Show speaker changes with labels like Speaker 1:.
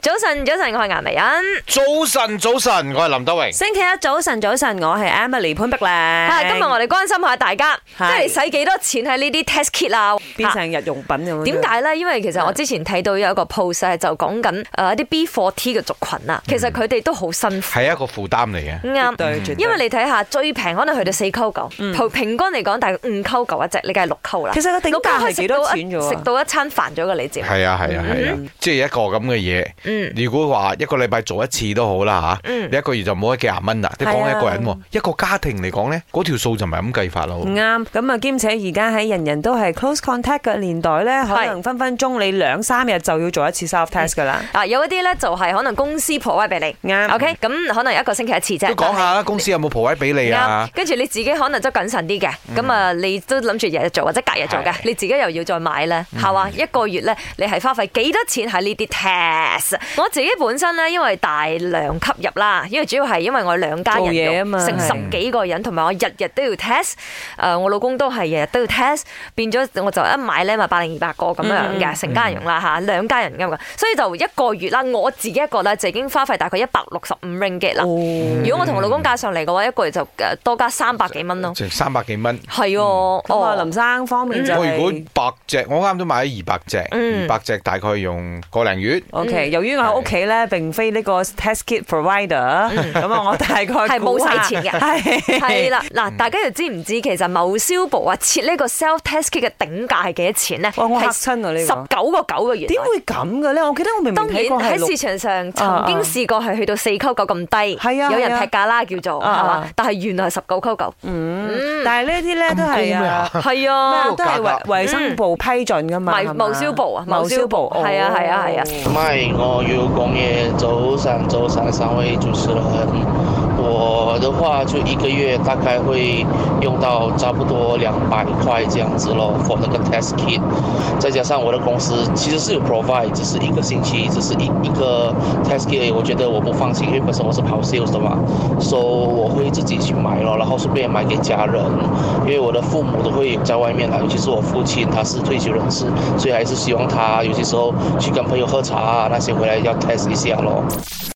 Speaker 1: 早晨，早晨，我係顏麗欣。
Speaker 2: 早晨，早晨，我系林德榮。
Speaker 3: 星期一早晨，早晨，我係 Emily 潘碧玲。
Speaker 1: 啊，今日我哋關心下大家，即
Speaker 3: 係
Speaker 1: 係你使幾多錢喺呢啲 test kit 啊？
Speaker 3: 變
Speaker 1: 啊
Speaker 3: 成日用品咁樣。
Speaker 1: 點？解咧？因為其實我
Speaker 3: 嗯
Speaker 1: 之前睇到有一個 post 係就講緊誒一啲 B 4 T 嘅族群
Speaker 3: 嗯
Speaker 1: 啊，其實佢哋都好辛苦。
Speaker 2: 係一個負擔嚟嘅。
Speaker 1: 啱
Speaker 3: 絕，對絕對
Speaker 1: 因為你睇下最平可能去到四溝九，平平均嚟講大概五溝九一隻，你梗係六溝啦。
Speaker 3: 嗯其實個定
Speaker 1: 六溝
Speaker 3: 價
Speaker 1: 可以
Speaker 3: 係
Speaker 1: 食
Speaker 3: 幾
Speaker 1: 到
Speaker 3: 多
Speaker 1: 一
Speaker 3: 錢啫
Speaker 1: 食
Speaker 3: 喎？
Speaker 1: 到一餐飯咗嘅你知。
Speaker 2: 係啊，係啊，係啊，即係一個咁嘅
Speaker 1: 嗯
Speaker 2: 嘢。如果話一個禮拜做一次都好啦吓，
Speaker 1: 嗯
Speaker 2: 你一個月就冇咗幾廿蚊啦。你講
Speaker 3: 係啊
Speaker 2: 一個人喎，一個家庭嚟講咧，嗰條數就唔係咁計法咯
Speaker 3: 唔。啱，咁啊，兼且而家喺人人都係 close contact 嘅年代咧，可
Speaker 1: 係
Speaker 3: 能分分鐘你兩三日就要做一次 self test 噶啦。
Speaker 1: 啊，有一啲咧就係可能公司 provide 俾你
Speaker 3: 啱
Speaker 1: ，OK，咁可能一個星期一次啫。
Speaker 2: 都講下啦，公司有冇蒲位俾你啊
Speaker 1: 啱，？跟住你自己可能都謹慎啲嘅，
Speaker 3: 嗯
Speaker 1: 咁啊你都諗住日日做或者隔日做嘅
Speaker 2: 係，
Speaker 1: 你自己又要再買咧，
Speaker 3: 嗯
Speaker 1: 係嘛？一個月咧，你係花費幾多錢喺呢啲 test？我自己本身咧，因為大量吸入啦，因為主要係因為我兩家
Speaker 3: 做
Speaker 1: 人
Speaker 3: 嘢啊嘛
Speaker 1: 用成十幾個人，同埋我日日都要 test，誒我老公都係日日都要 test，變咗我就一買咧咪百零二百個咁
Speaker 3: 嗯
Speaker 1: 樣嘅，成家人用啦嚇，兩家人咁嘅，所以就一個月啦，我自己一個咧就已經花費大概一百六十五 ringgit 啦。
Speaker 3: 哦，
Speaker 1: 如果我同我老公加上嚟嘅話，一個月就誒多加三百幾蚊咯。
Speaker 2: 成三百幾蚊。
Speaker 1: 係哦，
Speaker 3: 咁啊，
Speaker 1: 哦，
Speaker 3: 林生方面就
Speaker 2: 我如果
Speaker 3: 係。
Speaker 2: 百隻，我啱都買咗二百隻，
Speaker 1: 嗯
Speaker 2: 二百隻大概用個零月。
Speaker 3: O K，由於我喺屋企咧並非呢個 test kit provider，咁啊，我大概
Speaker 1: 係
Speaker 3: 係
Speaker 1: 冇使錢嘅
Speaker 3: 係
Speaker 1: 係啦，嗱，大家又知唔知其實某消部啊設呢個 self test kit 嘅頂價係幾多錢咧？
Speaker 3: 哇我嚇親啊呢個
Speaker 1: 十九個九嘅原
Speaker 3: 點
Speaker 1: 來。
Speaker 3: 會咁嘅咧？我記得我明明
Speaker 1: 當然
Speaker 3: 睇過係
Speaker 1: 喺
Speaker 3: 六啊
Speaker 1: 市場上曾經試過係去到四溝九咁低，
Speaker 3: 係啊
Speaker 1: 有人
Speaker 3: 係啊
Speaker 1: 劈價啦叫做
Speaker 3: 啊
Speaker 1: 係嘛
Speaker 3: 啊，
Speaker 1: 但係原來係十九溝九，
Speaker 3: 嗯，但係呢啲咧都
Speaker 2: 高咩
Speaker 3: 係
Speaker 2: 啊
Speaker 3: 啊，
Speaker 1: 係啊
Speaker 2: 咩。
Speaker 3: 都係衛衛生部批准噶嘛，
Speaker 1: 嗯
Speaker 3: 係嘛
Speaker 1: 貿消部啊貿消部
Speaker 3: 貿消哦
Speaker 1: 係啊係啊係啊
Speaker 4: 麦，我哦有工业周三周三三位主持人。我的话就一个月大概会用到差不多两百块这样子咯，for 那个 test kit，再加上我的公司其实是有 provide，只是一个星期，只是一一个 test kit，而已我觉得我不放心，因为本身我是跑 sales 的嘛，so 我会自己去买咯，然后顺便买给家人，因为我的父母都会在外面啦，尤其是我父亲，他是退休人士，所以还是希望他有些时候去跟朋友喝茶啊那些回来要 test 一下咯。